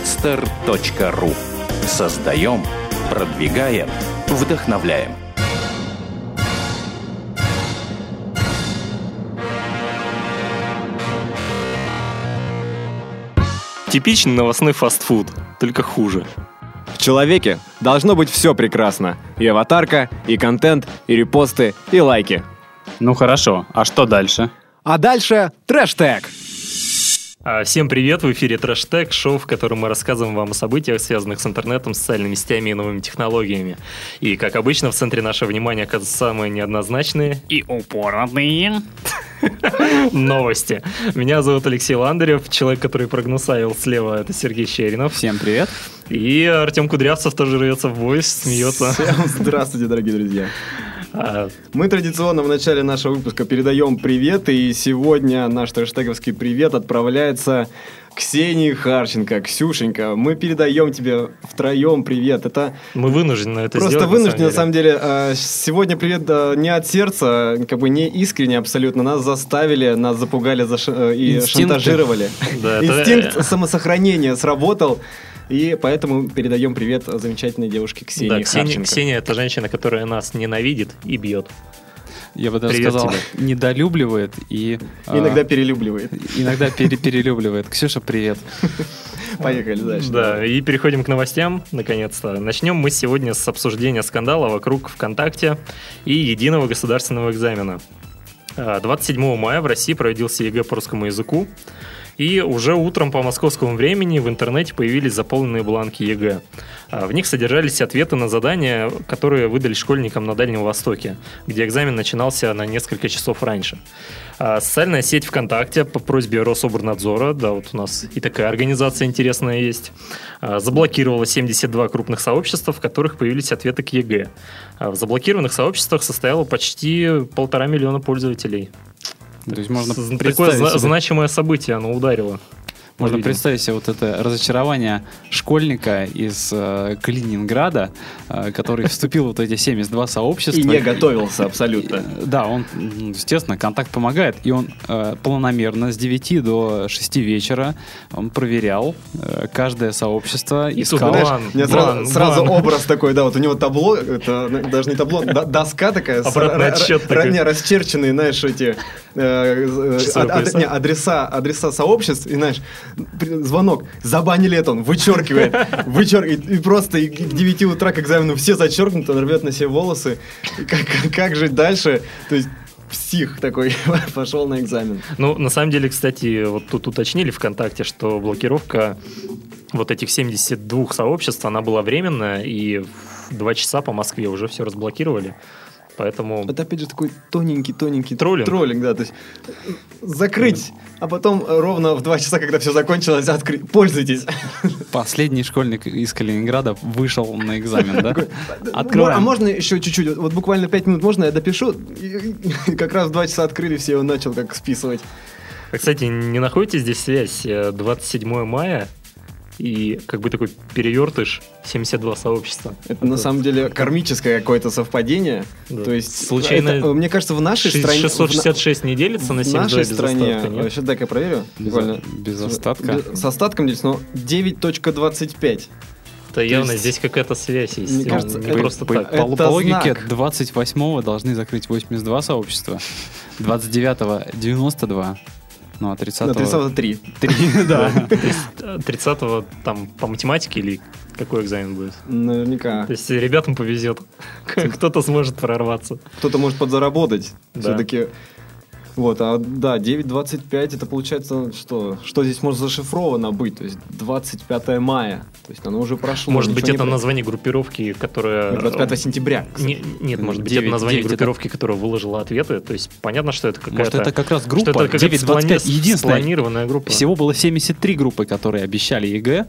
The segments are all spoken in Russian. podster.ru Создаем, продвигаем, вдохновляем. Типичный новостной фастфуд, только хуже. В человеке должно быть все прекрасно. И аватарка, и контент, и репосты, и лайки. Ну хорошо, а что дальше? А дальше трэштег. А, Всем привет, в эфире Трэш Тек, шоу, в котором мы рассказываем вам о событиях, связанных с интернетом, социальными сетями и новыми технологиями. И, как обычно, в центре нашего внимания оказываются самые неоднозначные И упоротые. новости. Меня зовут Алексей Ландарев, человек, который прогнусавил слева, это Сергей Щеринов. Всем привет. И Артем Кудрявцев тоже рвется в бой, смеется. Всем здравствуйте, дорогие друзья. А, Мы традиционно в начале нашего выпуска передаем привет, и сегодня наш трэштеговский привет отправляется Ксении Харченко. Ксюшенька, мы передаем тебе втроем привет. Это Мы вынуждены это просто сделать. вынужден, на самом деле. А, Сегодня привет да, не от сердца, как бы не искренне абсолютно. Нас заставили, нас запугали заш- э, и Инстинкты. шантажировали. Да, это- Инстинкт самосохранения сработал, и поэтому передаем привет замечательной девушке Ксении Да, Ксения, Харченко. Ксения это женщина, которая нас ненавидит и бьет. Я бы даже Привет сказал, тебе. недолюбливает и а, Иногда перелюбливает. иногда пере- перелюбливает. Ксюша, привет. Поехали дальше. Да, и переходим к новостям, наконец-то. Начнем мы сегодня с обсуждения скандала вокруг ВКонтакте и единого государственного экзамена. А, 27 мая в России проводился ЕГЭ по русскому языку, и уже утром по московскому времени в интернете появились заполненные бланки ЕГЭ. А, В них содержались ответы на задания, которые выдали школьникам на Дальнем Востоке, где экзамен начинался на несколько часов раньше. А, Социальная сеть ВКонтакте по просьбе Рособорнадзора, да, вот у нас и такая организация интересная есть, а, заблокировала 72 крупных сообщества, в которых появились ответы к ЕГЭ. А В заблокированных сообществах состояло почти полтора миллиона пользователей. То есть можно С- Такое представить зна- себе- значимое событие, оно ударило. Можно Видимо. представить себе вот это разочарование школьника из э, Калининграда, э, который вступил в вот эти 72 сообщества. И не готовился абсолютно. Э, Да, он, м, естественно, контакт помогает. И он э, планомерно с 9 до 6 вечера он проверял э, каждое сообщество, И искал. тут, Знаешь, Блан, у меня сразу, блан, сразу блан. образ такой, да, вот у него табло, это ну, даже не табло, до- доска такая, с Обратный ра- ра- отсчет ра- такой. не, расчерченные, знаешь, эти э, э, Часовые ад- ад- пояса. не, адреса, адреса сообществ, и знаешь, при- звонок, забанили это он, вычеркивает, вычеркивает, и просто и к 9 утра к экзамену все зачеркнуты, он рвет на себе волосы, И как, как- как жить дальше, то есть псих такой пошел на экзамен. Ну, на самом деле, кстати, вот тут уточнили ВКонтакте, что блокировка вот этих 72 сообществ, она была временная, и в 2 часа по Москве уже все разблокировали. Поэтому... Это А опять же такой тоненький-тоненький Троллинг. троллинг, да, то есть э, закрыть, а потом э, ровно в 2 часа, когда все закончилось, открыть. Пользуйтесь. Последний школьник из Калининграда вышел на экзамен, да? Мо- Открываем. А можно еще чуть-чуть? Вот- Вот буквально 5 минут можно я допишу? И- и Как раз в 2 часа открыли, все, и он начал как списывать. А, Кстати, не находите здесь связь? Э, 27 мая и как бы такой перевертыш 72 сообщества. Это на самом деле кармическое какое-то совпадение. Да. То есть, Случайно это, э, мне кажется, в нашей Шесть- стране... в на- 666 не делится на в 72 нашей без стране, остатка, нет? сейчас дай-ка я проверю. Без, буквально. без остатка. Без- С остатком делится, но 9.25. Да явно есть- здесь какая-то связь есть. Мне Он кажется, не это- просто по, так. по- по Это логике знак. 28-го должны закрыть 82 сообщества, 29-го 92, ну а 30-го... На 33. 3, да. 30-го Э, там по математике или какой экзамен будет? Наверняка. То есть ребятам повезет. Кто-то сможет прорваться. кто-то может подзаработать Да. все-таки. Вот, а да, 9.25, это получается, что, что здесь может зашифровано быть, то есть 25 мая, то есть оно уже прошло. Может быть, ничего не это про- название группировки, которая... э, 25 сентября. Не- нет, может быть, это Девять- название девять это- группировки, которая выложила ответы. То есть понятно, что это какая-то... Может, это как раз что группа это какая-то 9-25, сплани- единственная. спланированная группа. Всего было 73 группы, которые обещали ЕГЭ.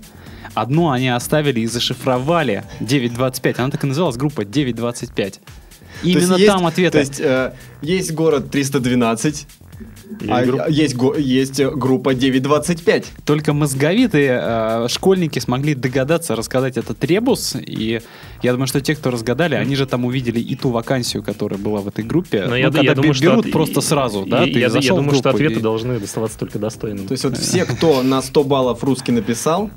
Одну они оставили и зашифровали 9.25. Она так и называлась, группа 9.25. То есть Именно есть- там ответы. То есть э, есть город 312, Или а групп- есть, го- есть э, группа 9.25. Только мозговитые э, школьники смогли догадаться рассказать этот ребус, и я думаю, что те, кто разгадали, они же там увидели и ту вакансию, которая была в этой группе. Но Ну, я, когда я думаю, бе- что берут от- просто и- сразу, и- да? и ты я, я зашел в думаю, что группу ответы и- Э. должны доставаться только достойным. То есть вот все, кто на 100 баллов русский написал,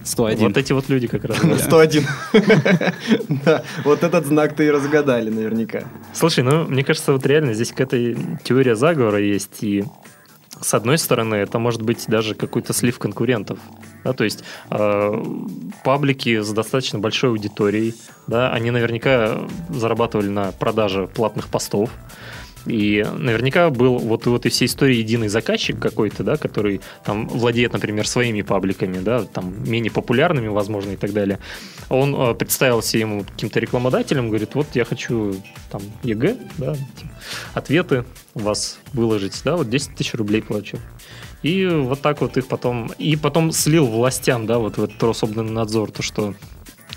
Вот 101. эти вот люди как раз. да. 101. Да, вот этот знак-то и разгадали наверняка. Слушай, ну, мне кажется, вот реально здесь какая-то теория заговора есть, и с одной стороны, это может быть даже какой-то слив конкурентов. Да, то есть э, паблики с достаточно большой аудиторией, да, они наверняка зарабатывали на продаже платных постов. И наверняка был вот у этой всей истории единый заказчик какой-то, да, который там владеет, например, своими пабликами, да, там менее популярными, возможно, и так далее. Он э, представился ему каким-то рекламодателем, говорит, вот я хочу там ЕГЭ, да, типа, ответы у вас выложить, да, вот 10 тысяч рублей плачу. И вот так вот их потом... И потом слил властям, да, вот в этот Рособранадзор, то, что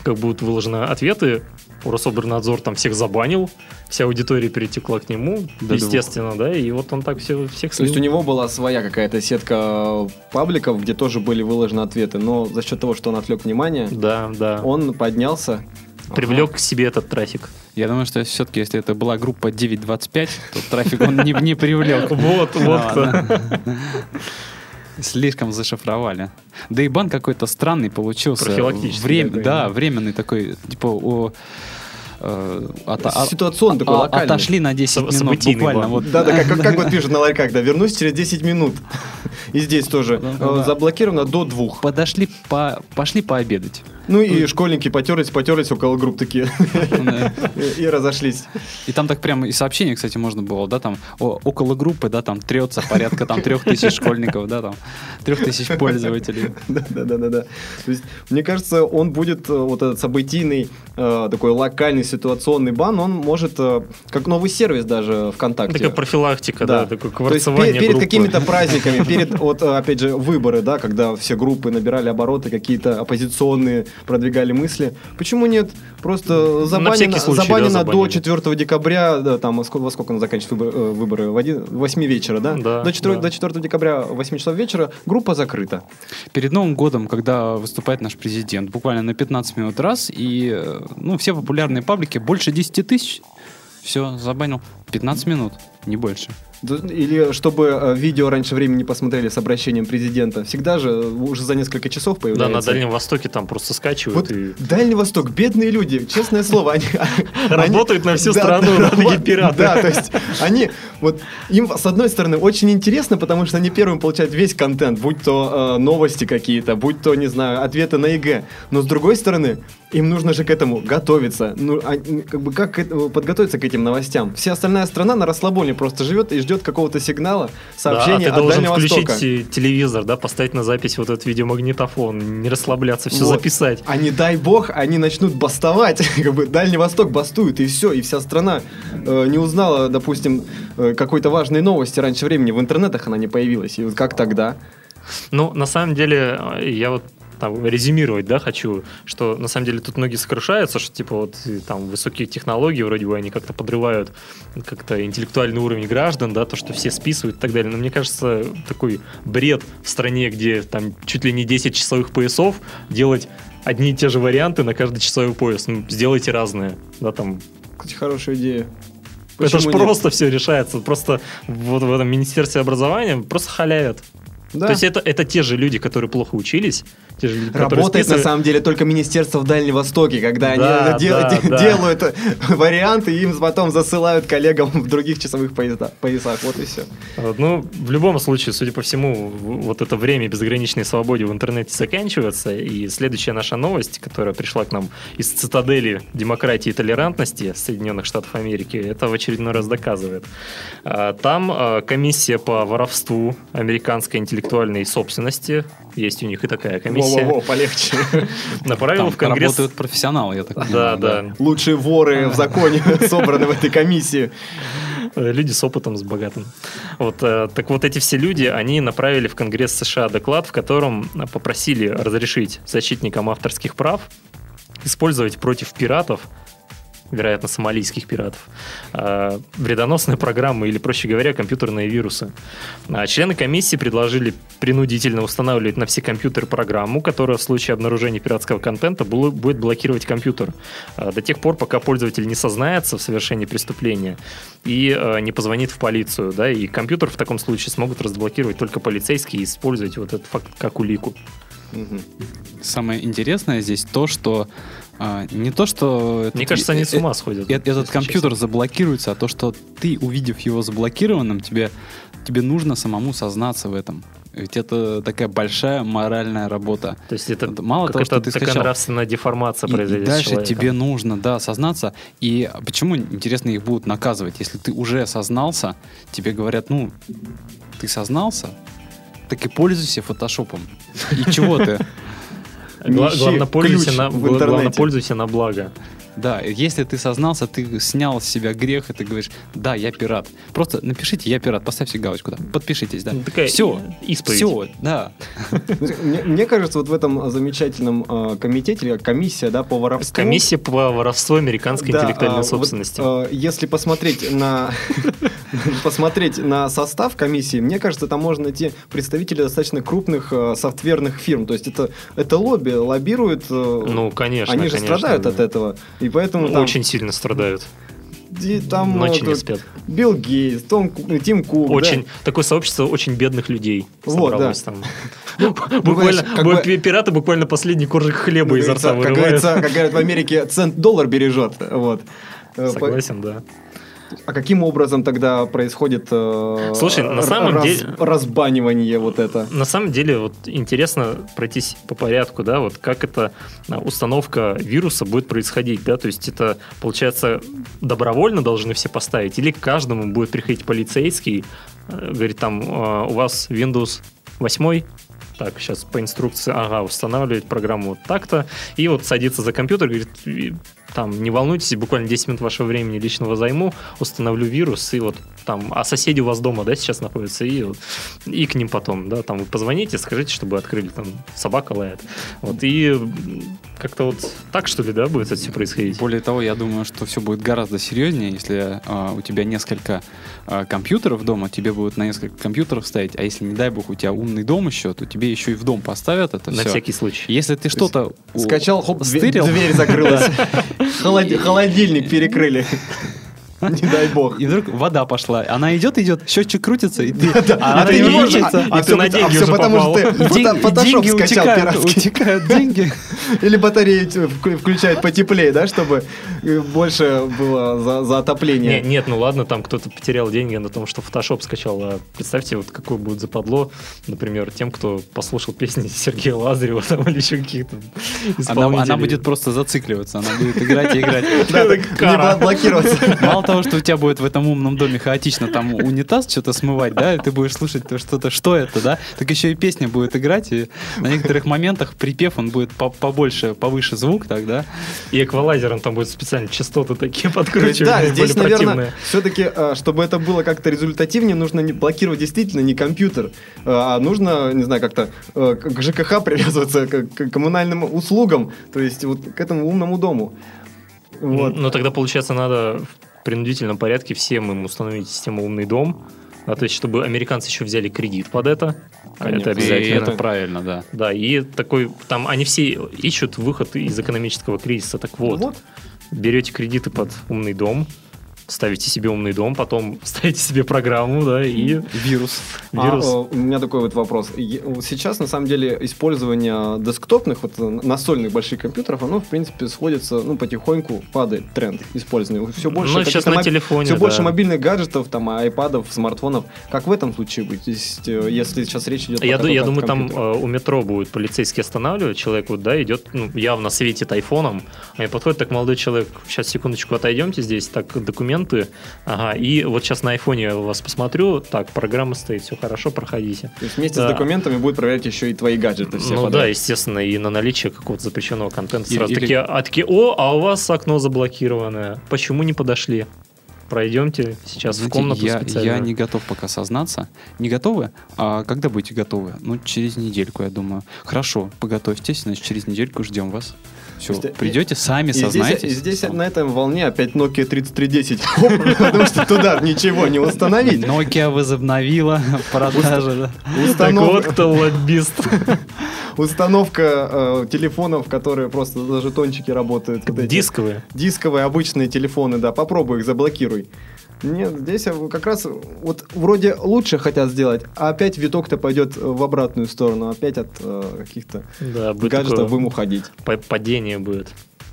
как будут выложены ответы, Рособранадзор там всех забанил, вся аудитория перетекла к нему, Да естественно, да, и вот он так все, всех То есть у слил. него была своя какая-то сетка пабликов, где тоже были выложены ответы, но за счет того, что он отвлек внимание, Да, да. он поднялся. Привлек к себе этот трафик. Я думаю, что все-таки, если это была группа 9.25, то трафик он не, не привлек. Вот, вот кто. Ладно. Слишком зашифровали. Да и бан какой-то странный получился. Профилактический Врем- такой, да, да. временный такой, типа, о, э, ото- а- Ситуационный такой, а- локальный. Отошли на 10 Соб- минут событийный буквально. бан. Вот, Да, да, как, как- как вот пишут на ларьках, да, вернусь через 10 минут. И здесь тоже Да, э, Ну, да. заблокировано до двух. Подошли, по, пошли пообедать. Ну и школьники потерлись, потерлись около групп такие и и разошлись. э, И там так прямо и сообщение, кстати, можно было, да, там о- около группы, да, там трется порядка там трех тысяч школьников, да, там трех тысяч пользователей. Да-да-да-да. То есть, мне кажется, он будет э, вот этот событийный, э, такой локальный ситуационный бан, он может, э, как новый сервис даже Такая ВКонтакте. профилактика, да, такое То есть пе- кварцевание перед группы. какими-то праздниками, перед, вот, э, опять же, выборы, да, когда все группы набирали обороты, какие-то оппозиционные продвигали мысли. Почему нет? Просто забанено, всякий случай, да, забанено до забанили. 4 декабря, да, там, сколько, во сколько он заканчивает выбор- э, выборы? В, один, в 8 вечера, да? Да, до, 4, да. до 4 декабря, 8 часов вечера, группа закрыта. Перед Новым годом, когда выступает наш президент, буквально на 15 минут раз, и э, ну, все популярные паблики, больше 10 тысяч, все, забанил. 15 минут, не больше. Да, Или чтобы э, видео раньше времени посмотрели с обращением президента. Всегда же э, уже за несколько часов Да, появляется. на Дальнем Востоке там просто скачивают Вот и Дальний Восток, бедные люди, честное слово, они... Работают на всю Да, страну, да, да, такие вот, пираты. Да, то есть они, вот им, с одной стороны, очень интересно, потому что они первым получают весь контент, будь то э, новости какие-то, будь то, не знаю, ответы на ЕГЭ. Но с другой стороны, им нужно же к этому готовиться. Ну, а, м, как бы как к эт- подготовиться к этим новостям? Вся остальная страна на расслабоне просто живет и ждет какого-то сигнала, сообщения да, а ты от должен Дальнего включить Востока. э, телевизор, да, поставить на запись вот этот видеомагнитофон, не расслабляться, все Вот. записать. А не дай бог, они начнут бастовать. как бы Дальний Восток бастует, и все, и вся страна э, не узнала, допустим, э, какой-то важной новости раньше времени. В интернетах она не появилась. И вот как тогда? Ну, на самом деле, э, я вот там резюмировать, да, хочу, что на самом деле тут многие сокрушаются, что типа вот э, там высокие технологии вроде бы они как-то подрывают как-то интеллектуальный уровень граждан, да, то, что все списывают и так далее. Но мне кажется, такой бред в стране, где там чуть ли не 10 часовых поясов, делать одни и те же варианты на каждый часовой пояс. Ну, сделайте разные, да, там Кстати, хорошая идея. Это же Почему нет? просто все решается. Просто вот в этом Министерстве образования просто халявят. Да. То есть это, это те же люди, которые плохо учились, те же люди, которые Работает на списывали. самом деле только Министерство в Дальнем Востоке, когда Да, они дел- да, де- да. делают э, варианты, и им потом засылают коллегам в других часовых поезда- поясах. Вот и все. Вот, Ну, в любом случае, судя по всему, в- вот это время безграничной свободе в интернете заканчивается, и следующая наша новость, которая пришла к нам из цитадели демократии и толерантности Соединенных Штатов Америки, это в очередной раз доказывает. А, Там а, комиссия по воровству американской интеллектуальной собственности, есть у них и такая комиссия. Во-во-во, полегче. направил Там в Конгресс. работают профессионалы, я так Да, понимаю. да. Лучшие воры в законе собраны в этой комиссии. Э, Люди с опытом, с богатым. Вот, э, так вот, эти все люди, они направили в Конгресс США доклад, в котором э, попросили разрешить защитникам авторских прав использовать против пиратов, вероятно, сомалийских пиратов, э, вредоносные программы или, проще говоря, компьютерные вирусы. А Члены комиссии предложили принудительно устанавливать на все компьютеры программу, которая в случае обнаружения пиратского контента бу- будет блокировать компьютер э, до тех пор, пока пользователь не сознается в совершении преступления и э, не позвонит в полицию. Да, и компьютер в таком случае смогут разблокировать только полицейские и использовать вот этот факт как улику. Мгм. Самое интересное здесь то, что а, не то, что... этот- Мне кажется, они с э- ума сходят. э- Этот если компьютер заблокируется, а то, что ты, увидев его заблокированным, тебе, тебе нужно самому сознаться в этом. Ведь это такая большая моральная работа. честно. То есть это Вот мало того, что какая-то ты такая скачал. нравственная деформация И- И, произойдет. с дальше человеком. тебе нужно, да, сознаться. И почему, интересно, их будут наказывать? Если ты уже сознался, тебе говорят, ну, ты сознался, так и пользуйся фотошопом. И чего ты? Гла- ищи главное, пользуйся ключ на, гла- в главное, интернете. пользуйся на благо. Да, если ты сознался, ты снял с себя грех, и ты говоришь, да, я пират. Просто напишите, я пират, поставьте галочку, да, подпишитесь, да. Ну, такая все, и- исповедь. все, да. Ну, Мне, мне кажется, вот в этом замечательном э, комитете, или комиссия, да, по Ну, воровству. Комиссия по воровству американской Да, интеллектуальной а, вот, собственности. э, если посмотреть на посмотреть на состав комиссии, мне кажется, там можно найти представителей достаточно крупных э, софтверных фирм. То есть это это лобби лоббирует. э, ну, конечно, они же конечно, страдают да. Ну, от этого, и поэтому там, Очень сильно страдают. и там, Ночи э, не как спят. Билл Гейтс, Том, Ку- э, Тим Кук, да. Очень, Такое сообщество очень бедных людей Вот, собралось да. там. Ну, Буквально, понимаешь, как бу- бы- пи- пираты буквально последний коржик Ну, хлеба изо говорится, рта как вырывают. говорится, как говорят в Америке, цент доллар бережет, вот. Э, по- Согласен, да. А каким образом тогда происходит э, Слушай, на р- самом раз- деле- разбанивание вот это? На самом деле, вот интересно пройтись по порядку, да, вот как эта а, установка вируса будет происходить, да, то есть это, получается, добровольно должны все поставить, или к каждому будет приходить полицейский, э, говорит там, э, у вас Windows 8, так, сейчас по инструкции, ага, устанавливать программу вот так-то, и вот садится за компьютер, говорит, «И, там, не волнуйтесь, буквально 10 минут вашего времени личного займу, установлю вирус, и вот там, а соседи у вас дома, да, сейчас находятся, и, вот- и к ним потом, да, там вы позвоните, скажите, чтобы открыли, там, собака лает. Вот, и м, как-то вот так, что ли, да, будет это все происходить? Более того, я думаю, что все будет гораздо серьезнее, если а, у тебя несколько а, компьютеров дома, тебе будут на несколько компьютеров ставить, а если, не дай бог, у тебя умный дом еще, то тебе еще и в дом поставят это На все. всякий случай. Если ты что-то у- Скачал, хоп, две- стырил. дверь закрылась. Холоди- Холодильник перекрыли. Не дай бог. И вдруг вода пошла. Она идет, идет, счетчик крутится, и ты, А она ты не не можешь, лечится. а- а и всё ты на пот- а деньги всё уже потому, что попал. ты И фото- деньги- фотошоп деньги скачал утекают, пиратский. утекают деньги. Или батарею ть- вк- включают потеплее, да, чтобы э, больше было за- за Не, отопление. нет, ну ладно, там кто-то потерял деньги на том, что фотошоп скачал. А представьте, вот какое будет западло, например, тем, кто послушал песни Сергея Лазарева там или еще каких-то Она, исполнителей. она будет просто зацикливаться, она будет играть и играть. Да, так кара. либо блокироваться. Мало того, что у тебя будет в этом умном доме хаотично там унитаз что-то смывать, да, и ты будешь слушать то что-то, что это, да, так еще и песня будет играть, и на некоторых моментах припев, он будет по- побольше, повыше звук тогда. И эквалайзером там будет специально частоты такие То есть, подкручивать. да, наиболее здесь, наверное, противные. все-таки, чтобы это было как-то результативнее, нужно не блокировать действительно не компьютер, э, а нужно, не знаю, как-то э, к к ЖКХ привязываться, к к коммунальным услугам, то есть вот к этому умному дому. Вот. Но тогда, получается, надо в принудительном порядке всем им установить систему «Умный дом», а то есть, чтобы американцы еще взяли кредит под это. А Это Конечно. обязательно. это правильно, да. Да, и такой, там, они все ищут выход из экономического кризиса. Так вот, Ну Вот. берете кредиты под умный дом, ставите себе умный дом, потом ставите себе программу, да, и Вирус. А, вирус. э, у меня такой вот вопрос. Е- Сейчас, на самом деле, использование десктопных, вот э, настольных больших компьютеров, оно, в принципе, сходится, ну, потихоньку падает тренд использования. Все больше, ну, сейчас каких-то на моб- телефоне, все да. больше мобильных гаджетов, там, айпадов, смартфонов. Как в этом случае быть, если, э, если сейчас речь идет Я, пока ду- я только о думаю, там компьютерах? э, у метро будет полицейский останавливать, человек вот, да, идет, ну, явно светит айфоном, а и подходит так молодой человек, сейчас, секундочку, отойдемте здесь, так, документы, ага, и вот сейчас на айфоне я вас посмотрю, так, программа стоит, все хорошо, проходите. То есть вместе э, да. с документами будет проверять еще и твои гаджеты все ну подряд. да, естественно, и на наличие какого-то запрещенного контента Или- сразу или- такие, а такие, о, а у вас окно заблокированное, почему не подошли? Пройдемте сейчас в Знаете, комнату я, специально. я не готов пока сознаться. Не готовы? А когда будете готовы? Ну, через недельку, я думаю. Хорошо, подготовьтесь, значит, через недельку ждем вас. Все, То есть, придете, сами И здесь, сознаетесь. и здесь Сам. на этом волне опять Nokia 3310. Хоп, Потому что туда ничего не установить. Nokia возобновила продажи. да. Так Установ- вот кто лоббист. Установка э, телефонов, которые просто за жетончики работают. вот эти. Дисковые. Дисковые обычные телефоны, да. Попробуй их заблокируй. Нет, здесь э, как раз вот вроде лучше хотят сделать, а опять виток-то пойдет э, в обратную сторону, опять от э, каких-то Да, будет гаджетов такое будем уходить. па- падение будет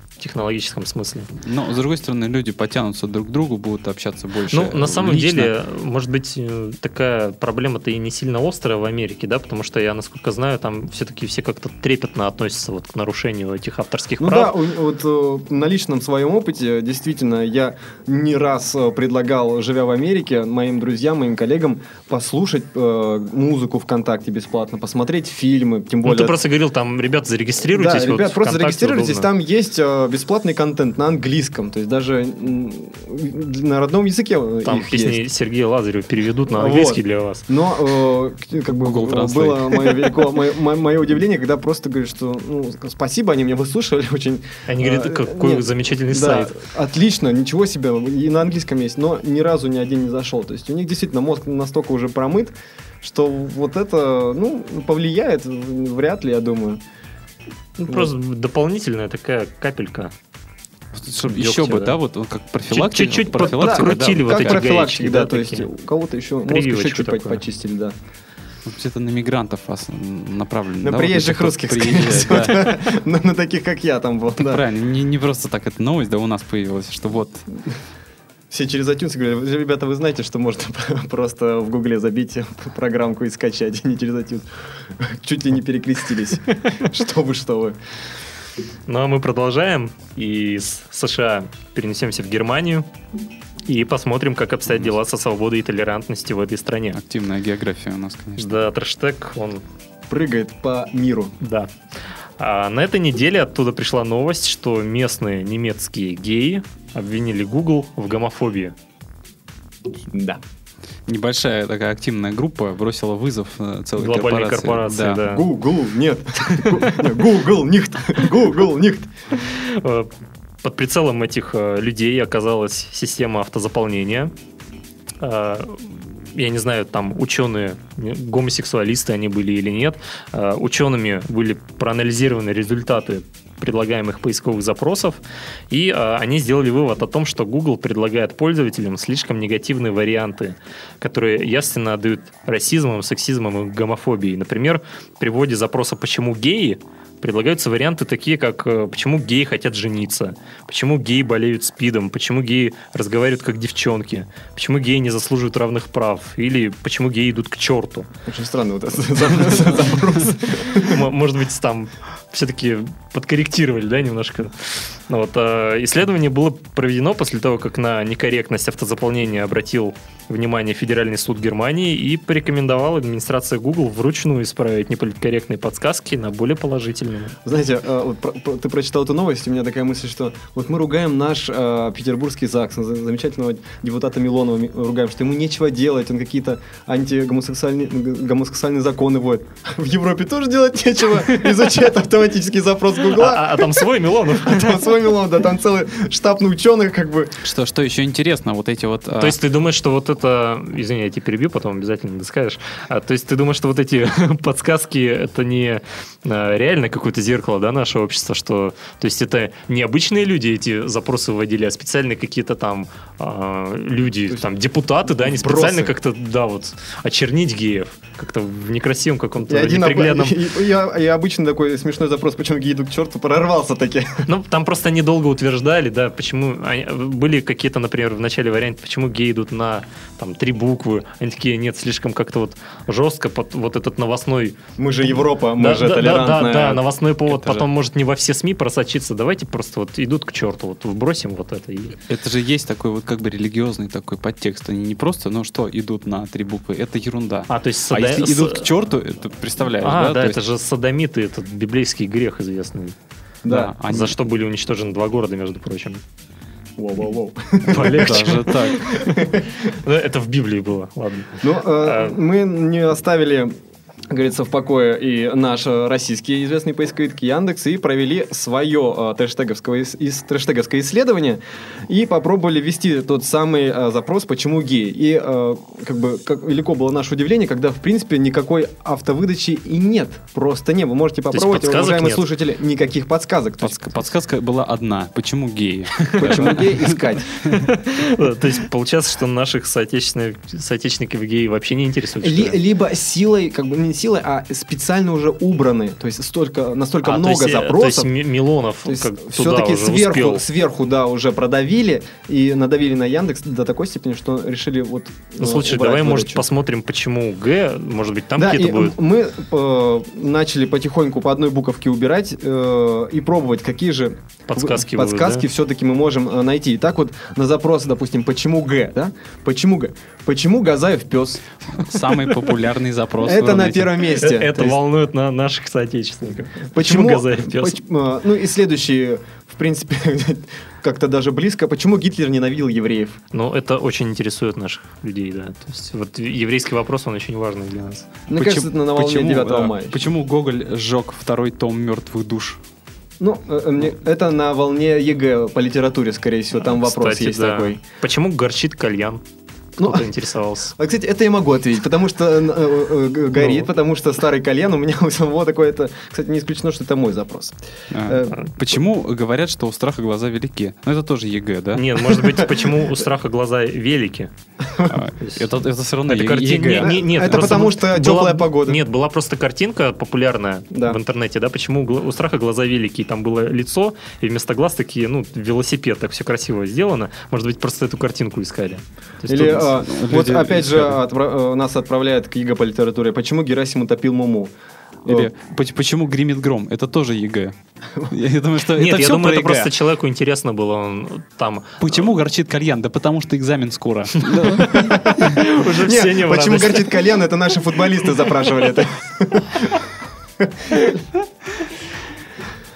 в технологическом смысле. Но, с другой стороны, люди потянутся друг к другу, будут общаться больше. Ну, на самом лично. деле, может быть, э, такая проблема-то и не сильно острая в Америке, да, потому что я, насколько знаю, там все-таки все как-то трепетно относятся вот к нарушению этих авторских Ну да, прав. у- вот э, на личном своем опыте, э, действительно, я не раз э, предлагал, живя в Америке, моим друзьям, моим коллегам послушать э, музыку ВКонтакте бесплатно, посмотреть фильмы, тем Ну, более... ты просто говорил, там, ребят, зарегистрируйтесь. Да, вот ребят, просто ВКонтакте зарегистрируйтесь, удобно. там есть э, бесплатный контент на английском, то есть даже м, на родном языке э, Там их песни есть. Сергея Лазарева переведут на Вот. английский для вас. Но э, к- как бы Google Translate. было мое, велико- мое- мое- мое удивление, когда просто говорю, что ну, спасибо, они меня выслушали очень. Они А, говорят, какой нет, замечательный Да, сайт. отлично, ничего себе, и на английском есть, но ни разу ни один не зашел. То есть у них действительно мозг настолько уже промыт, что вот это, ну, повлияет в- вряд ли, я думаю. Ну, просто дополнительная такая капелька. Чтоб еще Ёпте, бы, да. да, вот, вот как профилактика. Чуть-чуть под- профилактика, да, подкрутили. вот вот как эти профилактики, гаечки, да, да, то есть такие. у кого-то еще мозг еще Прививочку чуть по- такую. почистили, да. вот где-то на мигрантов вас направлено. На да, вот приезжих если русских, кто-то скорее приезжает, всего, да. да. на, на таких, как я там был, да. Правильно, не, не просто так эта новость, да, у нас появилась, что вот. Все через iTunes говорили, ребята, вы знаете, что можно просто в гугле забить программку и скачать, а не через iTunes. Чуть ли не перекрестились. Что вы, что вы. Ну а мы продолжаем. И из США перенесемся в Германию и посмотрим, как обстоят дела со свободой и толерантностью в этой стране. Активная география у нас, конечно. Да, трэштег, он... Прыгает по миру. Да. А на этой неделе оттуда пришла новость, что местные немецкие геи обвинили Google в гомофобии. Да. Небольшая такая активная группа бросила вызов э, целой Глобальной корпорации. корпорации, да. Google, нет. Google, нихт. Google, нихт. Э, Под прицелом этих э, людей оказалась система автозаполнения. Э, Я не знаю, там ученые, не- гомосексуалисты они были или нет. Э, Учеными были проанализированы результаты предлагаемых поисковых запросов, и э, они сделали вывод о том, что Google предлагает пользователям слишком негативные варианты, которые ясно отдают расизмом, сексизмом и гомофобией. Например, при вводе запроса «почему геи?» предлагаются варианты такие, как э, почему геи хотят жениться, почему геи болеют спидом, почему геи разговаривают как девчонки, почему геи не заслуживают равных прав, или почему геи идут к черту. Очень странно вот этот запрос. М- Может быть, там все-таки подкорректировали, да, немножко. Ну Вот, а, исследование было проведено после того, как на некорректность автозаполнения обратил внимание Федеральный суд Германии и порекомендовал администрации Google вручную исправить неполиткорректные подсказки на более положительные. Знаете, э, вот про- про- ты прочитал эту новость, и у меня такая мысль, что вот мы ругаем наш э, петербургский ЗАГС, за- замечательного депутата Милонова ми- ругаем, что ему нечего делать, он какие-то антигомосексуальные г- гомосексуальные законы вводит. В Европе тоже делать нечего, изучает автоматический запрос Гугла. А, а там свой Милонов. а Там свой Милонов, да, там целый штаб на ученых, как бы. Что, что еще интересно, вот эти А. вот... а, То есть ты думаешь, что вот это... Извини, я тебя перебью, потом обязательно доскажешь. А, то есть ты думаешь, что вот эти подсказки, это не а, реально какое-то зеркало, да, наше общество, что... То есть это необычные люди эти запросы вводили, а специально какие-то там а, люди, есть там депутаты, да, они вбросы. специально как-то, да, вот, очернить геев. Как-то в некрасивом каком-то И, один, неприглядном... и- и- я- и обычный такой смешной запрос, почему гей иду к черту, прорвался таки. Ну, там просто они долго утверждали, да, почему они- были какие-то, например, в начале варианты, почему геи идут на там три буквы, они такие, нет, слишком как-то вот жестко под вот этот новостной, Мы же А Европа, мы да, же да, да, да, толерантная. да, новостной повод, Это же- потом может не во все СМИ просочиться, давайте просто вот идут к черту, вот вбросим вот это. и- Это же есть такой вот как бы религиозный такой подтекст. Они не просто, ну что, идут на три буквы. Это ерунда. А то есть А сада- если с- идут к черту, это представляешь, А, да, То это есть, же садомиты, этот библейский грех известный, Да. они- за что были уничтожены два города, между прочим. Воу-воу-воу. Полегче. Даже так. Ну, Это в Библии было, ладно. Ну, э, А- мы не оставили как говорится, в покое и наш э, российский известный поисковик Яндекс и провели свое э, трэштеговское, ис- ис- трэштеговское исследование и попробовали ввести тот самый э, запрос «Почему геи?». И э, как бы как велико было наше удивление, когда, в принципе, никакой автовыдачи и нет, просто не. Вы можете есть попробовать, подсказок уважаемые нет? слушатели, никаких подсказок. То есть, Подск- Подсказка была одна. Почему геи? почему геи искать? Да, То есть получается, что наших соотечественных- соотечественников геи вообще не интересует. что Ли- ли? либо силой, как бы не силой, а специально уже убраны. То есть столько, настолько А, то есть, много э, запросов. То есть Ми- Милонов То есть как туда все-таки уже сверху, успел. сверху, да, уже продавили и надавили на Яндекс до такой степени, что решили вот. Ну, э, слушай, убрать давай, может, выдачу. посмотрим, почему Г, может быть, там да, и какие-то будут. м- мы э, начали потихоньку по одной буковке убирать э, и пробовать, какие же Подсказки будут, подсказки да? все-таки мы можем э, найти. И так вот на запрос, допустим, почему Г, да? Почему Г? Почему Газаев пес? Самый популярный запрос. в Это на Рунете. первом Э, месте. Это То есть- волнует на наших соотечественников. Почему, Газаев пес? поч- э, ну и следующие, в принципе, как-то даже близко. Почему Гитлер ненавидел евреев? Ну, это очень интересует наших людей, да. То есть вот еврейский вопрос, он очень важный для нас. Мне Почему- кажется, это на волне почему, 9 э, мая. Почему Гоголь сжег второй том мертвых душ? Ну, э, мне- это на волне ЕГЭ по литературе, скорее всего, там вопрос Э, Кстати, есть да. такой. Почему горчит кальян? Ну, Кто-то интересовался. А, кстати, это я могу ответить, потому что э, э, э, г- горит, Ну. потому что старый кальян у меня у самого такое это... Кстати, не исключено, что это мой запрос. А, Э, Почему говорят, что у страха глаза велики? Ну, это тоже ЕГЭ, да? Нет, может быть, почему у страха глаза велики? А, Это, это все равно Это е- картин- ЕГЭ. не- не- нет, Это просто потому вот что была- теплая погода. Нет, была просто картинка популярная Да. в интернете, да, почему гла- у страха глаза великие. Там было лицо, и вместо глаз такие, ну, велосипед, так все красиво сделано. Может быть, просто эту картинку искали. То есть Или тут- э, люди вот опять же искали. отпра- э, нас отправляет к ЕГЭ по литературе. Почему Герасим утопил Муму? Или поч- почему гремит гром? Это тоже ЕГЭ. Я думаю, что Нет, это я все думаю, про это ЕГЭ. просто человеку интересно было. Он там Почему горчит кальян? Да потому что экзамен скоро. Ну, уже Э, не, все не в почему радость. горчит кальян? Это наши футболисты запрашивали это.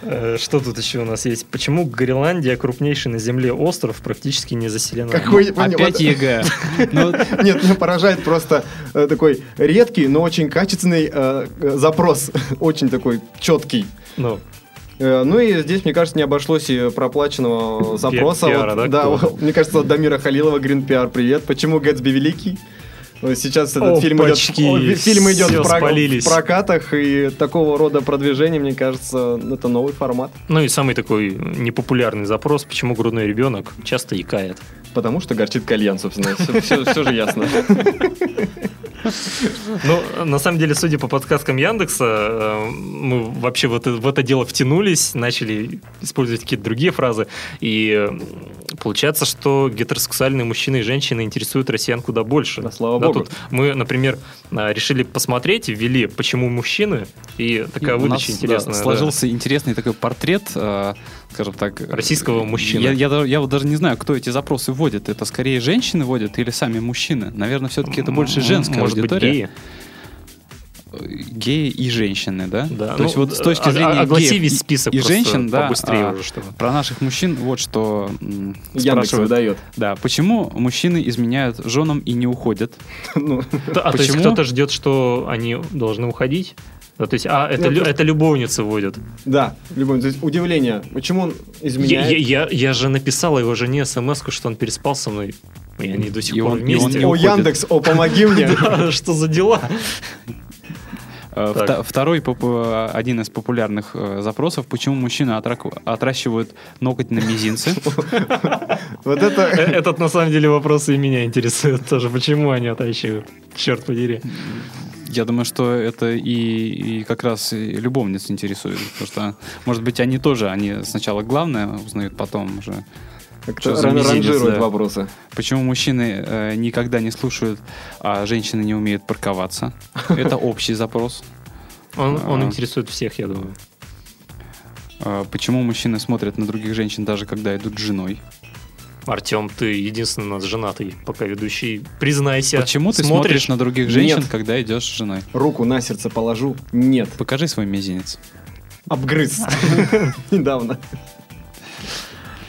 Э, Что тут еще у нас есть? Почему Гренландия, крупнейший на Земле остров, практически не заселена? Какой- Опять вот- ЕГЭ. Ну, Нет, меня поражает просто э, такой редкий, но очень качественный э, э, запрос, очень такой четкий. Ну, Э, Ну и здесь, мне кажется, не обошлось и проплаченного запроса. пиара, Вот, да, да, какого-то? вот, мне кажется, от Дамира Халилова Green PR. Привет. Почему Гэтсби великий? Э, Сейчас этот фильм идет, Опачки, о, ви- фильм идет всё в, прок- спалились. в прокатах, и такого рода продвижение, мне кажется, это новый формат. ну и самый такой непопулярный запрос, почему грудной ребенок часто якает. Потому что горчит кальян, собственно. Все, же ясно. Ну, на самом деле, судя по подсказкам Яндекса, э, мы вообще в это, в это дело втянулись, начали использовать какие-то другие фразы, и э, получается, что гетеросексуальные мужчины и женщины интересуют россиян куда больше. Да, слава Да, богу. тут мы, например, э, решили посмотреть, ввели «Почему мужчины?» и такая у нас, выдача да, интересная. да. Сложился интересный такой портрет, э, скажем так... э, Российского мужчины. Я, я даже- я вот даже не знаю, кто эти запросы вводит. Это скорее женщины вводят или сами мужчины? Наверное, все-таки это больше женская Может аудитория. быть, геи. геи и женщины, да? Да, То ну, есть вот с точки а- зрения а- огласи геев весь и- список и просто женщин, да, побыстрее а, уже, чтобы. Про наших мужчин вот что м, Яндекс спрашивают. выдает. Да, почему мужчины изменяют женам и не уходят? Ну, Т- А то есть Почему? кто-то ждет, что они должны уходить? Да, то есть, а, это, Ну, лю- просто- это любовницы вводят. да, любой. То есть удивление, почему он Я, изменяет. я- я- я же написала его жене смс что он переспал со мной. И они до сих И пор он- и он вместе. не О, уходит. Яндекс, о, помоги мне. Да, что за дела? Э, Так. вта- Второй попу- один из популярных э, запросов, почему мужчины отраку- отращивают ноготь на мизинце? Вот Э, это... Этот, на самом деле, вопрос и меня интересует тоже. Почему они отращивают? Черт подери. Я думаю, что это и, и как раз и любовниц интересует, потому что, может быть, они тоже, они сначала главное узнают, потом уже. Как-то Что за ран- мизинец, ранжирует да. вопросы. Почему мужчины э, никогда не слушают, а женщины не умеют парковаться? Это общий запрос. Он, он А. интересует всех, я думаю. Э, Почему мужчины смотрят на других женщин, даже когда идут с женой? Артем, ты единственный у нас женатый, пока ведущий. Признайся. Почему ты смотришь на других женщин, Нет. когда идешь с женой? Руку на сердце положу. Нет. Покажи свой мизинец. Обгрыз. Недавно.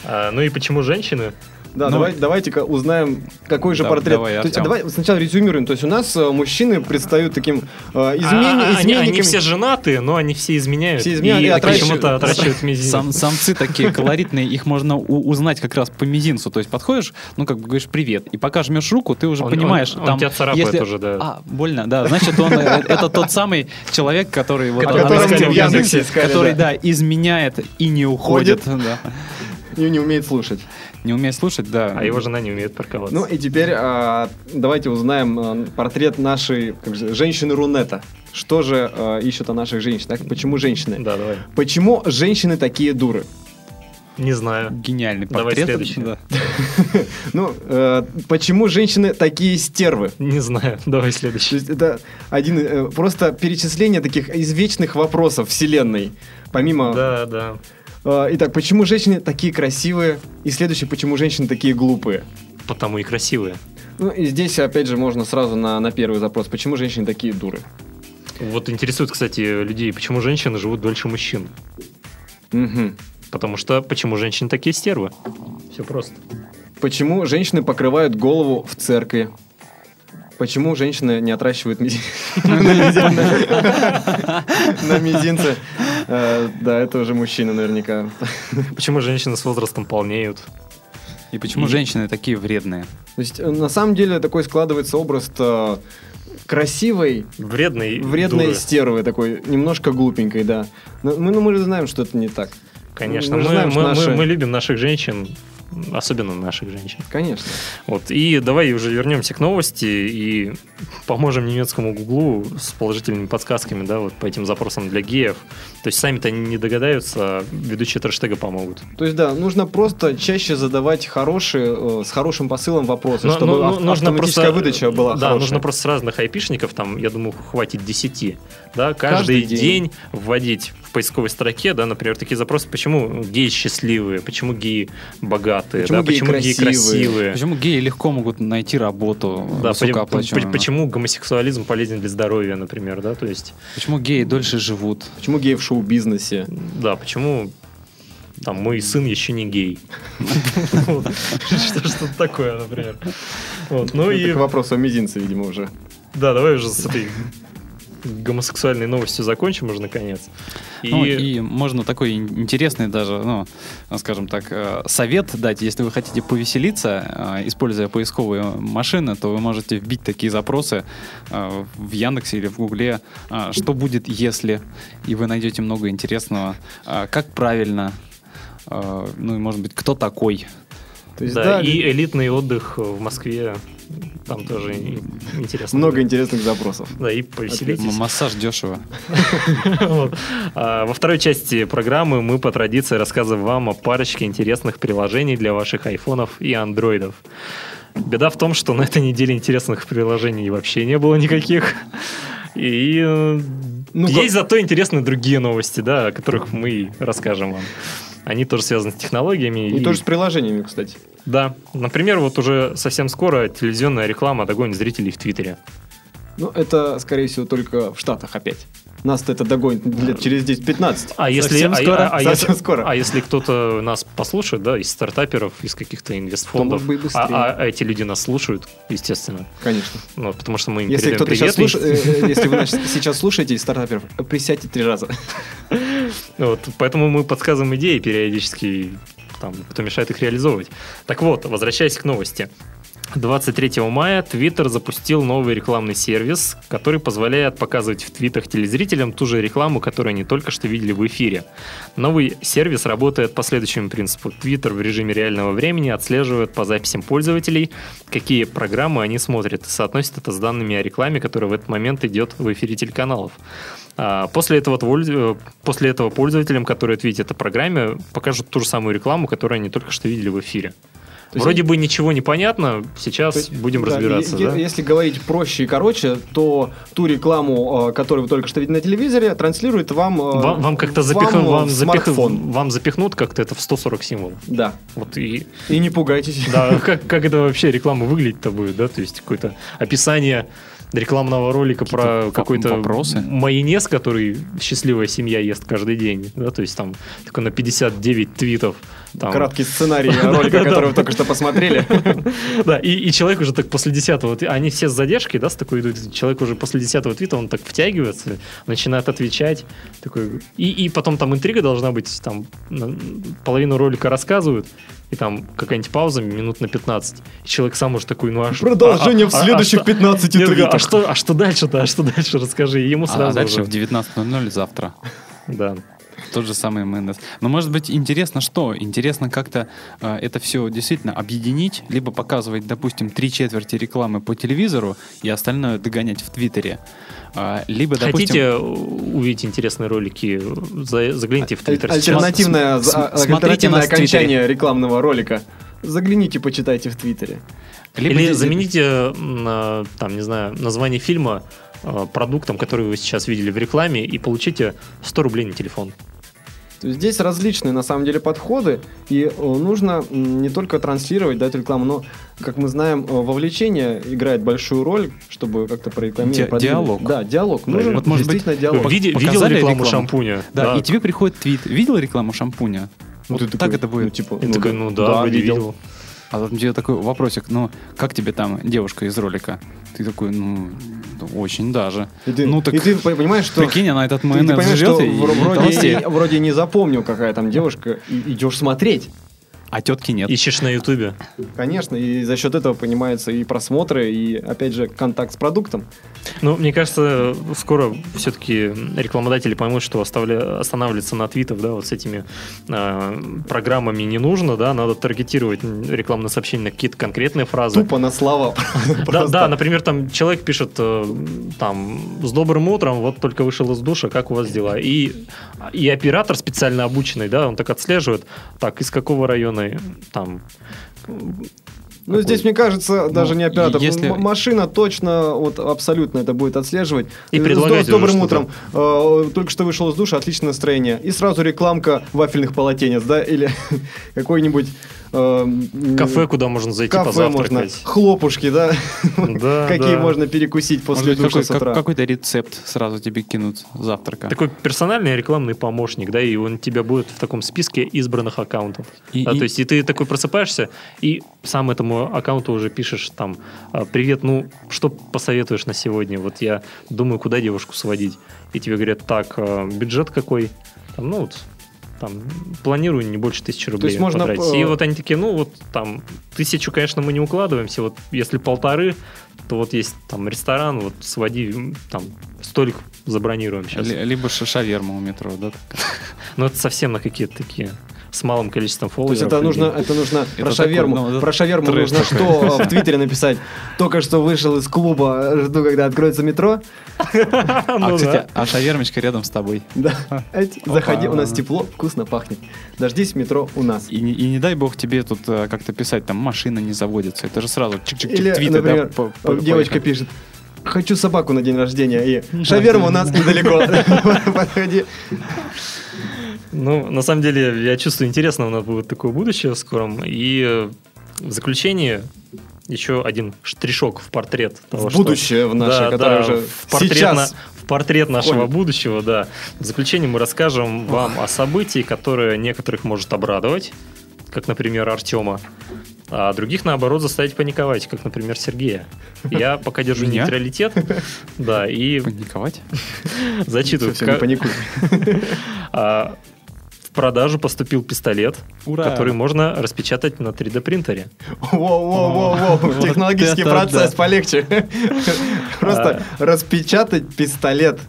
А, ну и почему женщины? Да, Ну, давай- давайте-ка узнаем, какой же Да, портрет. давай, То есть, Артём. давай сначала резюмируем. То есть у нас э, мужчины предстают таким э, измен- А, а, они, они изменниками. все женаты, но они все изменяют. Все изменяют и и отращивают. почему-то отращивают мизинец. Сам- самцы такие колоритные, их можно у- узнать как раз по мизинцу. То есть подходишь, ну как бы говоришь привет, и пока жмешь руку, ты уже Он- понимаешь, он- он там тебя царапает если- уже, да. А, больно, да. Значит, он э, это тот самый человек, который вот О Который котором она искали в сказала, Яндексе искали, который да. да изменяет и не уходит, да. И не умеет слушать. не умеет слушать, да. А его жена не умеет парковаться. Ну и теперь а, давайте узнаем а, портрет нашей как же, женщины Рунета. Что же а, ищут о наших женщинах? Почему женщины? Да, давай. Почему женщины такие дуры? Не знаю. гениальный Давай портрет. следующий. да. Ну, э, почему женщины такие стервы? Не знаю. Давай То следующий. есть это один э, просто перечисление таких извечных вопросов вселенной. Помимо. Да, да. Э, итак, почему женщины такие красивые? И следующий, почему женщины такие глупые? Потому и красивые. Ну и здесь опять же можно сразу на, на первый запрос. Почему женщины такие дуры? Вот интересует, кстати, людей, почему женщины живут дольше мужчин. Мгм. Потому что почему женщины такие стервы? Все просто. Почему женщины покрывают голову в церкви? Почему женщины не отращивают мизинец? на мизинце? На мизинце. Э, Да, это уже мужчина наверняка. Почему женщины с возрастом полнеют? И почему И- женщины такие вредные? То есть, э, на самом деле, такой складывается образ э, красивой, Вредные. вредной дуры. стервы, такой немножко глупенькой, да. Но мы, ну, мы же знаем, что это не так. Конечно. Мы Мы, же знаем, мы- что мы- наши- мы любим наших женщин, особенно наших женщин. Конечно. Вот, и давай уже вернемся к новости и поможем немецкому гуглу с положительными подсказками, да, вот по этим запросам для геев. То есть сами-то они не догадаются, а ведущие трэштега помогут. То есть, да, нужно просто чаще задавать хорошие, э, с хорошим посылом вопросы, Но- ну, чтобы но- но ав- автоматическая выдача была Да, хорошая. нужно просто с разных айпишников, там, я думаю, хватит 10, да, каждый, Каждый день. день. вводить в поисковой строке, да, например, такие запросы, почему геи счастливые, почему геи богатые, Почему да, геи почему геи красивые? красивые. Почему геи легко могут найти работу Да, почему, высокооплачиваемую? почему гомосексуализм полезен для здоровья, например, да, то есть Почему геи дольше живут? Почему геи в шоу-бизнесе? Да, почему там мой сын еще не гей? Вот. Что- Что-то такое, например. Вот, Ну Ну, и это к вопросу о мизинце, видимо, уже. да, давай уже с этой гомосексуальной новостью закончим уже наконец. Ну, И и можно такой ин- интересный даже, ну, скажем так, э, совет дать, если вы хотите повеселиться, э, используя поисковые машины, то вы можете вбить такие запросы э, в Яндексе или в Гугле, э, что будет, если, и вы найдете много интересного, э, как правильно, э, ну и, может быть, кто такой. То есть, да, да, и элитный отдых в Москве. Там тоже и- интересно. много будет. интересных запросов. Да, и М- повеселитесь. Массаж дешево. Вот. А, Во второй части программы мы по традиции рассказываем вам о парочке интересных приложений для ваших айфонов и андроидов. Беда в том, что на этой неделе интересных приложений вообще не было никаких. И э, Ну, есть как- зато интересны другие новости, да, о которых мы расскажем вам. Они тоже связаны с технологиями. И тоже с приложениями, кстати. Да. Например, вот уже совсем скоро телевизионная реклама догонит зрителей в Твиттере. Ну, это, скорее всего, только в Штатах опять. Нас-то это догонит лет через 10-15. А если, Совсем а- скоро. а- а Совсем если- скоро. а если кто-то нас послушает, да, из стартаперов, из каких-то инвестфондов, То, может быть, быстрее. а, а эти люди нас слушают, естественно, Конечно. ну, потому что мы им Если передаем кто-то сейчас привет. и- слушает, э, э, если вы нас сейчас слушаете из стартаперов, присядьте три раза. Вот, поэтому мы подсказываем идеи периодически, и там, кто мешает их реализовывать. Так вот, возвращаясь к новости. 23 мая Twitter запустил новый рекламный сервис, который позволяет показывать в твитах телезрителям ту же рекламу, которую они только что видели в эфире. Новый сервис работает по следующему принципу. Twitter в режиме реального времени отслеживает по записям пользователей, какие программы они смотрят, и соотносит это с данными о рекламе, которая в этот момент идет в эфире телеканалов. А, После этого, тволь- э, после этого пользователям, которые твитят о программе, покажут ту же самую рекламу, которую они только что видели в эфире. есть Вроде бы ничего не понятно, сейчас То есть, будем да, разбираться. е- е- да? Если говорить проще и короче, то ту рекламу, э, которую вы только что видели на телевизоре, транслирует вам... э, Вам, вам как-то запихнут, э, вам, в запих- смартфон. вам запихнут как-то это в 140 символов. Да. Вот и И не пугайтесь. да, как, как это вообще реклама выглядит-то будет, да? То есть какое-то описание рекламного ролика про воп- какой-то вопросы? майонез, который счастливая семья ест каждый день, да? То есть там такой на 59 твитов. Там- Краткий сценарий ролика, который вы только что посмотрели. Да, и, и человек уже так после десятого, тви- они все с задержкой, да, с такой идут, человек уже после десятого твита, он так втягивается, начинает отвечать, такой, и, и потом там интрига должна быть, там м, половину ролика рассказывают, и там какая-нибудь пауза минут на 15, и человек сам уже такой, ну а ш- Продолжение а- в а- а следующих что- 15 Я говорю, а твитах. что, а что дальше-то, а что дальше, расскажи, и ему А Ну, сразу дальше уже- в 19.00 завтра. Да. Тот же самый майонез. Но может быть интересно что? Интересно как-то э, это все действительно объединить, либо показывать, допустим, три четверти рекламы по телевизору и остальное догонять в Твиттере. А, либо, допустим... Хотите э, увидеть интересные ролики, за- загляните А, в Твиттер сейчас. Альтернативное, См- за- см- смотрите альтернативное нас в Твиттере. окончание рекламного ролика. Загляните, почитайте в Твиттере. либо Или де- замените, м, на, там, не знаю, название фильма э, продуктом, который вы сейчас видели в рекламе, и получите 100 рублей на телефон. То есть Здесь различные, на самом деле, подходы, и э, нужно м, не только транслировать, дать рекламу, но, как мы знаем, э, вовлечение играет большую роль, чтобы как-то прорекламировать. Ди- продвинуть. диалог. Да, диалог. Нужен Вот, может быть, действительно диалог. Пок- Виде- видел показали рекламу рекламу? шампуня? Да, и тебе приходит твит. Видел рекламу шампуня? Ну, Вот ты так такой, это будет. Ну, типа, И такой, да, ну да, да, вроде видел. видел. А там тебе такой вопросик, ну, как тебе там девушка из ролика? Ты такой, ну, очень даже. И ты, ну, так и ты понимаешь, что... прикинь, она этот ты- ты майонез понимаешь, жрет что и, вро- и вроде, толстеет. и- вроде не запомнил, какая там девушка, и идешь смотреть. А тетки нет. Ищешь на Ютубе. Конечно, и за счет этого понимаются и просмотры, и, опять же, контакт с продуктом. Ну, мне кажется, скоро все-таки рекламодатели поймут, что оставля- останавливаться на твитов, да, вот с этими э, программами не нужно, да, надо таргетировать рекламные сообщения на какие-то конкретные фразы. Тупо на слова. Да, просто. да, например, там человек пишет э, там с добрым утром, вот только вышел из душа, как у вас дела? И, и оператор специально обученный, да, он так отслеживает, так из какого района там. Ну, здесь, мне кажется, даже Ну, не оператор. и если- М- Машина точно, вот абсолютно это будет отслеживать. И Э, предлагать С, до- с добрым уже утром. Э, только что вышел из душа, отличное настроение. И сразу рекламка вафельных полотенец, да, или какой-нибудь... эм, Кафе, куда можно зайти Кафе можно, позавтракать. хлопушки, да, Да, какие да. можно перекусить после Может быть, душа с какой, утра. то рецепт сразу тебе кинут завтрака. Такой персональный рекламный помощник, да, и он у тебя будет в таком списке избранных аккаунтов. И- Да, и- То есть, и ты такой просыпаешься, и сам этому аккаунту уже пишешь там, а, привет, ну, что посоветуешь на сегодня? Вот я думаю, куда девушку сводить. И тебе говорят, так, а, бюджет какой? Там, ну, вот, там, планирую не больше тысячи рублей есть можно, потратить. И э, вот они такие, ну, вот там, тысячу, конечно, мы не укладываемся, вот если полторы, то вот есть там ресторан, вот своди, м, там, столик забронируем сейчас. Ли- Либо ша- шаверма у метро, да? такая. Но Ну, это совсем на какие-то такие с малым количеством То фолловеров. есть это нужно, людей. это нужно про такой, шаверму. ну, это про шаверму трэш нужно такой. что э, в Твиттере написать? Только что вышел из клуба, э, жду, когда откроется метро. А, Ну кстати, да. а шавермочка рядом с тобой. Да. Эть, Заходи, у нас ладно. тепло, вкусно пахнет. Дождись в метро у нас. И, не- и не дай бог тебе тут э, как-то писать, там машина не заводится. Это же сразу чик-чик-чик Или, твиты, да, например, э, по- по- девочка по- пишет, хочу собаку на день рождения, и шаверма у нас недалеко. Подходи. Ну, на самом деле, я чувствую, интересно у нас будет такое будущее в скором. И э, в заключение еще один штришок в портрет того, В будущее в что... наше, Да, которое да, уже в портрет, сейчас. на- в портрет нашего входит. будущего, да. В заключение мы расскажем вам о событии, которое некоторых может обрадовать, как, например, Артема, а других, наоборот, заставить паниковать, как, например, Сергея. Я пока держу Меня? нейтралитет, да, и Паниковать? зачитываю. Совсем не Как- паникуй. а, в продажу поступил пистолет, Ура! который можно распечатать на 3D принтере. Воу-воу-воу-воу, Вот технологический это процесс да. полегче. Просто распечатать пистолет.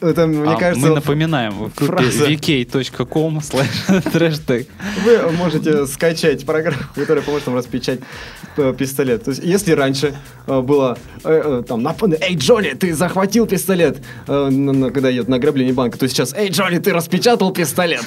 Это, мне А мы кажется, напоминаем в группе фраза- vk.com slash трэштег. вы можете скачать программу, которая поможет вам распечатать э, пистолет. То есть, если раньше э, было э, э, там, нап- эй, Джоли, ты захватил пистолет, э, на- на- когда идет награбление банка, то сейчас, эй, Джоли, ты распечатал пистолет.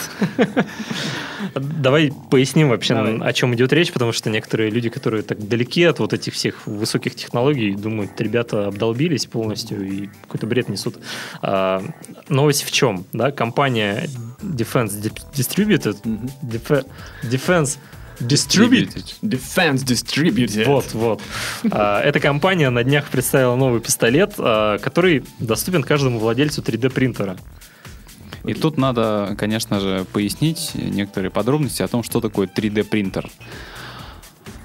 Давай поясним вообще, о чем идет речь, потому что некоторые люди, которые так далеки от вот этих всех высоких технологий, думают, ребята обдолбились полностью и какой-то бред несут. А, новость в чем? Да? Компания Defense Di- Distributed, Defe- Defense Distributed, Defense Distributed. Вот, вот. А, Эта компания на днях представила новый пистолет, а, который доступен каждому владельцу 3D принтера. И тут надо, конечно же, пояснить некоторые подробности о том, что такое 3D-принтер.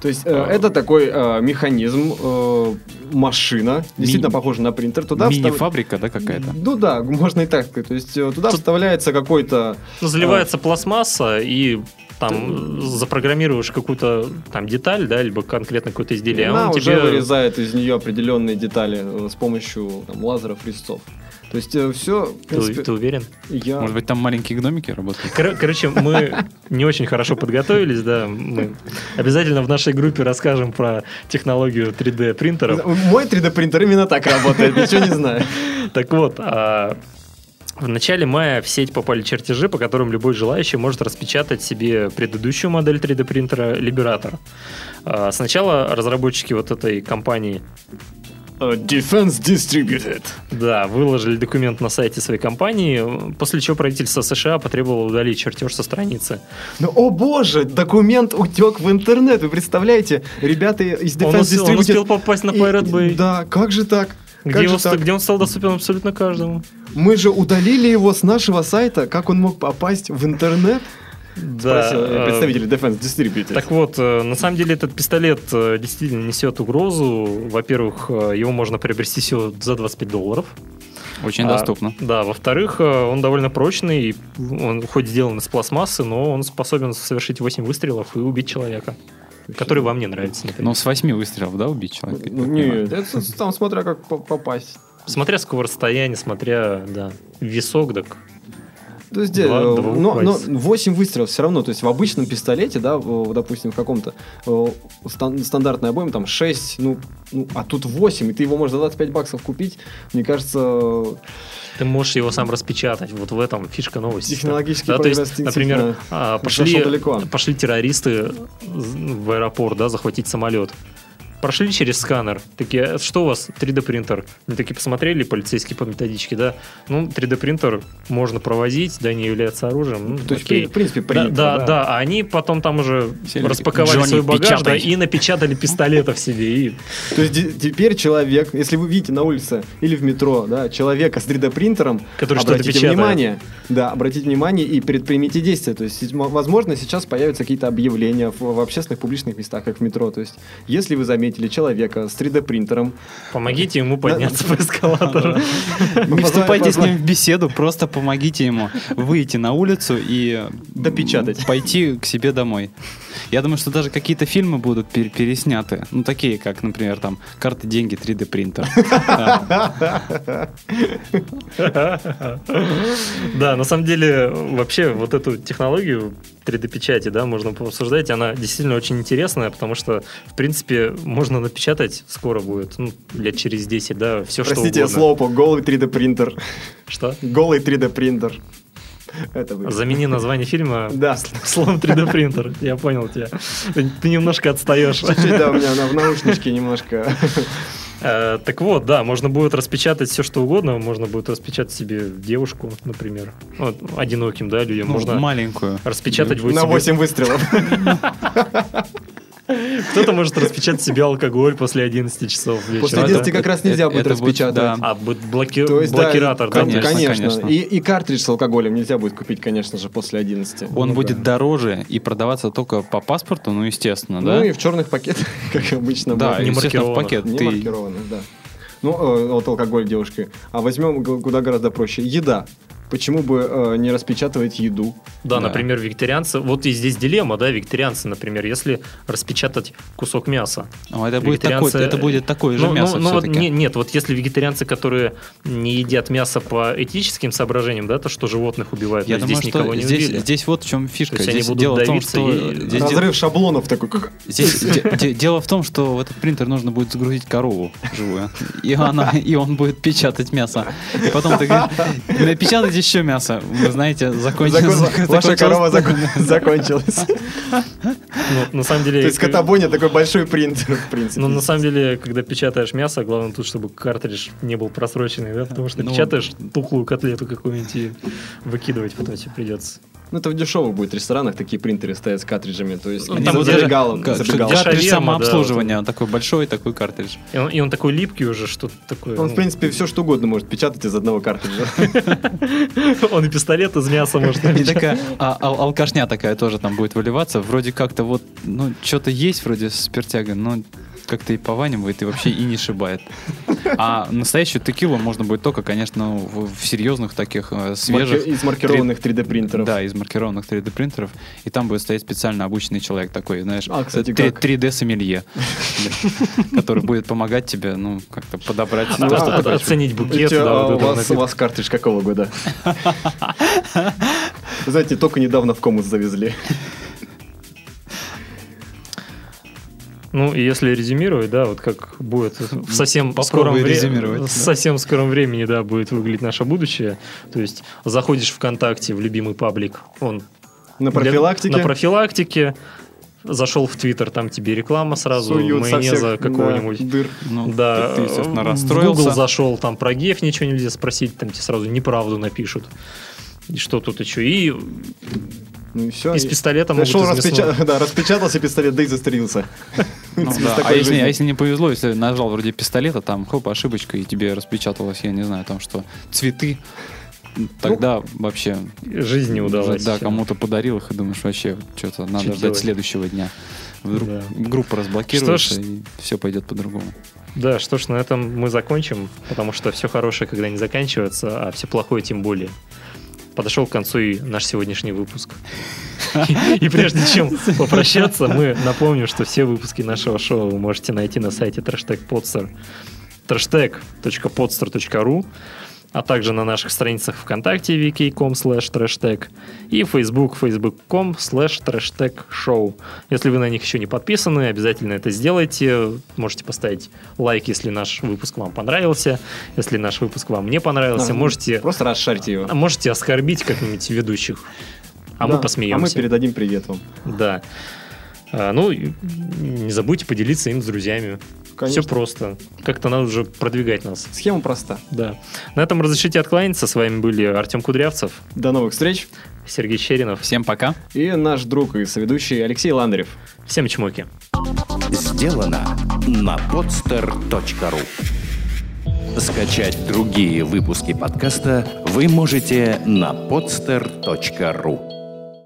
То есть э, это такой э, механизм, э, машина, действительно похожа на принтер. Туда встав- Мини-фабрика, да, какая-то? Ну да, можно и так сказать. То есть э, туда вставляется какой-то... Заливается пластмасса и там запрограммируешь какую-то там деталь, да, либо конкретно какое-то изделие, а она он уже тебе вырезает из нее определенные детали э, с помощью там, лазеров, резцов. То есть э, все... Ты, ты уверен? я... Может быть, там маленькие гномики работают? Кор- короче, мы не очень хорошо подготовились, да. Мы обязательно в нашей группе расскажем про технологию 3D принтеров. Мой 3D-принтер именно так работает, ничего не знаю. Так вот, а, в начале мая в сеть попали чертежи, по которым любой желающий может распечатать себе предыдущую модель 3D принтера Liberator. А, Сначала разработчики вот этой компании Defense Distributed. Да, выложили документ на сайте своей компании, после чего правительство США потребовало удалить чертеж со страницы. Ну, о боже, документ утек в интернет, вы представляете? Ребята из Defense Он успел, он Distributed... успел попасть на И- Pirate Bay, Да, как же так? Как где, же его ста- так? где он стал доступен абсолютно каждому. Мы же удалили его с нашего сайта. Как он мог попасть в интернет? Да, Спросил э, представитель Defense Distributed. Так вот, э, на самом деле этот пистолет э, действительно несет угрозу. Во-первых, э, его можно приобрести всего за 25 долларов. Очень А, доступно. Да, во-вторых, э, он довольно прочный, и он хоть сделан из пластмассы, но он способен совершить 8 выстрелов и убить человека, который вам не нравится. например. Ну, с восьми выстрелов, да, убить человека? я так Ну, понимаю? Нет, это там смотря как по- попасть. Смотря с какого расстояния, смотря, да, весок, так. То есть, э, Два- но, двух но пальцев. 8 выстрелов все равно. То есть в обычном пистолете, да, в- допустим, в каком-то э, стан- стандартной обойме там 6, ну, ну, а тут 8, и ты его можешь за 25 баксов купить. Мне кажется, э, Ты можешь его сам распечатать. Вот в этом фишка новости. Технологический да, то есть, прогресс например, действительно а, зашел пошли, далеко. пошли террористы в аэропорт, да, захватить самолет. Прошли через сканер. Такие, «А что у вас? 3D-принтер. Они такие посмотрели, полицейские по методичке, да. Ну, 3D-принтер можно провозить, да, не является оружием. Ну, то есть, окей. в принципе, Да, принято, да, да, а они потом там уже Все люди, распаковали «Джонни, свой багаж да, печатай». и напечатали пистолетов себе. И То есть де- теперь человек, если вы видите на улице или в метро, да, человека с 3D-принтером, Который что-то обратите печатает. внимание, да, обратите внимание и предпримите действия. То есть, м- возможно, сейчас появятся какие-то объявления в, в общественных публичных местах, как в метро. То есть, если вы заметили человека с 3D-принтером, Помогите ему подняться по эскалатору. Не позва- вступайте с позва- ним в беседу, просто помогите ему выйти на улицу и Допечатать. пойти к себе домой. Я думаю, что даже какие-то фильмы будут пер- пересняты. Ну, такие, как, например, там «Карты, деньги, 3D-принтер». Да, на самом деле, вообще, вот эту технологию 3D-печати, да, можно пообсуждать, она действительно очень интересная, потому что, в принципе, можно напечатать, скоро будет, ну, лет через 10, да, все, что простите, угодно. слово голый 3D-принтер. Что? Голый 3D-принтер. Это вы. Замени название фильма Да. словом 3D-принтер. Я понял тебя. Ты ты немножко отстаешь. Чуть-чуть, да, у меня на- в наушничке немножко. Э, Так вот, да, можно будет распечатать все, что угодно. Можно будет распечатать себе девушку, например. Вот, одиноким, да, людям. Ну, Можно маленькую. распечатать будет На себе- 8 выстрелов. Кто-то может распечатать себе алкоголь после 11 часов вечера. После да? 11 как раз нельзя это- будет это будет, да. распечатать. А, будет блоки- То есть, да, блокиратор, да? кон- конечно, конечно. конечно. И, и картридж с алкоголем нельзя будет купить, конечно же, после 11. Он Ну будет да. дороже и продаваться только по паспорту, ну, естественно, да? Ну и в черных пакетах, как обычно. Да, бывает. не естественно, маркированных. в пакет. не Ты- маркированных, да. Ну, э, вот алкоголь девушки. А возьмем г- куда гораздо проще. Еда. Почему бы э, не распечатывать еду? Да, Да. например, вегетарианцы. Вот и здесь дилемма, да, вегетарианцы, например, если распечатать кусок мяса. Ну, это, будет такой, Вегетарианцы- это будет такое же Ну, ну, мясо ну, вот все-таки. не- нет, вот если вегетарианцы, которые не едят мясо по этическим соображениям, да, то что животных убивают, Я но думаю, здесь что никого не здесь, убили. здесь вот в чем фишка. То есть они Здесь будут дело в том, давиться что... и- здесь де- Разрыв шаблонов такой. как- Здесь де- де- дело в том, что в этот принтер нужно будет загрузить корову живую. И, она, и он будет печатать мясо. И потом ты говоришь, напечатать еще мясо. Вы знаете, закончилось. Закон- Ваша закончилось- корова закон- закончилась. Ну, на самом деле... То есть как- котобоня такой большой принтер, в принципе. Ну, на самом деле, когда печатаешь мясо, главное тут, чтобы картридж не был просроченный, да, потому что Ну, печатаешь тухлую котлету какую-нибудь и выкидывать потом тебе придется. Ну, это в дешевых будет ресторанах такие принтеры стоят с картриджами, то есть Ну, и там с вот даже зажигалом- Как- зажигалом. дешевле, Картридж да, самообслуживания, он такой большой, такой картридж. И он, и он такой липкий уже, что-то такое. Он, ну, в принципе, все что угодно может печатать из одного картриджа. он и пистолет из мяса может И напечатать. такая а, ал- алкашня такая тоже там будет выливаться. Вроде как-то вот, ну, что-то есть вроде спиртяга, но как-то и пованивает, и вообще и не шибает. А настоящую текилу можно будет только, конечно, в, в серьезных таких э, свежих... Марки- Из маркированных 3D принтеров. Да, из маркированных 3D принтеров. И там будет стоять специально обученный человек такой, знаешь, А, кстати, как? 3D сомелье, который будет помогать тебе, ну, как-то подобрать. А, Ну, а, да, а, подожди. оценить букет. Чё, да, а вот у, этого вас, у напитка. вас картридж какого года? Знаете, только недавно в комус завезли. Ну, и если резюмировать, да, вот как будет Ну, в совсем скором попробуй резюмировать, времени, да. в совсем скором времени, да, будет выглядеть наше будущее. То есть заходишь ВКонтакте в любимый паблик, он На для- профилактике. на профилактике, зашел в Твиттер, там тебе реклама сразу, суют со майонеза всех, да, какого-нибудь. дыр. Ну, Да, ты, естественно, В Google расстроился. зашел, там про геф ничего нельзя спросить, там тебе сразу неправду напишут. И что тут еще? И, Ну и все. и с пистолетом могут Нашел, из мясного. распеча- да, распечатался пистолет, да и застрелился. Ну С да, А такой если, жизнью. а если не повезло, если нажал вроде пистолета, там хоп, ошибочка, и тебе распечаталось, я не знаю, там что, цветы, тогда вообще Жизнь Ну, не удалась. Да, кому-то подарил их и думаешь, вообще что-то надо ждать делать? следующего дня. Вдруг Да. группа разблокируется, Что ж- и все пойдет по-другому. Да, что ж, на этом мы закончим, потому что все хорошее когда не заканчивается, а все плохое тем более. Подошел к концу и наш сегодняшний выпуск. И прежде чем попрощаться, мы напомним, что все выпуски нашего шоу вы можете найти на сайте trashtagpodster trashtag.podster.ru а также на наших страницах ВКонтакте vk.com slash trashtag и Facebook facebook.com slash trashtag show. Если вы на них еще не подписаны, обязательно это сделайте. Можете поставить лайк, если наш выпуск вам понравился. Если наш выпуск вам не понравился, Да, можете, Просто расшарьте его. а можете оскорбить как-нибудь ведущих. А мы Да, А мы посмеемся. передадим привет вам. Да. А, ну, и не забудьте поделиться им с друзьями. Конечно. Все просто. Как-то надо уже продвигать нас. Схема проста. Да. На этом разрешите откланяться. С вами были Артем Кудрявцев, До новых встреч. Сергей Щеринов. Всем пока. И наш друг и соведущий Алексей Ландарев. Всем чмоки. Сделано на podster.ru Скачать другие выпуски подкаста вы можете на podster.ru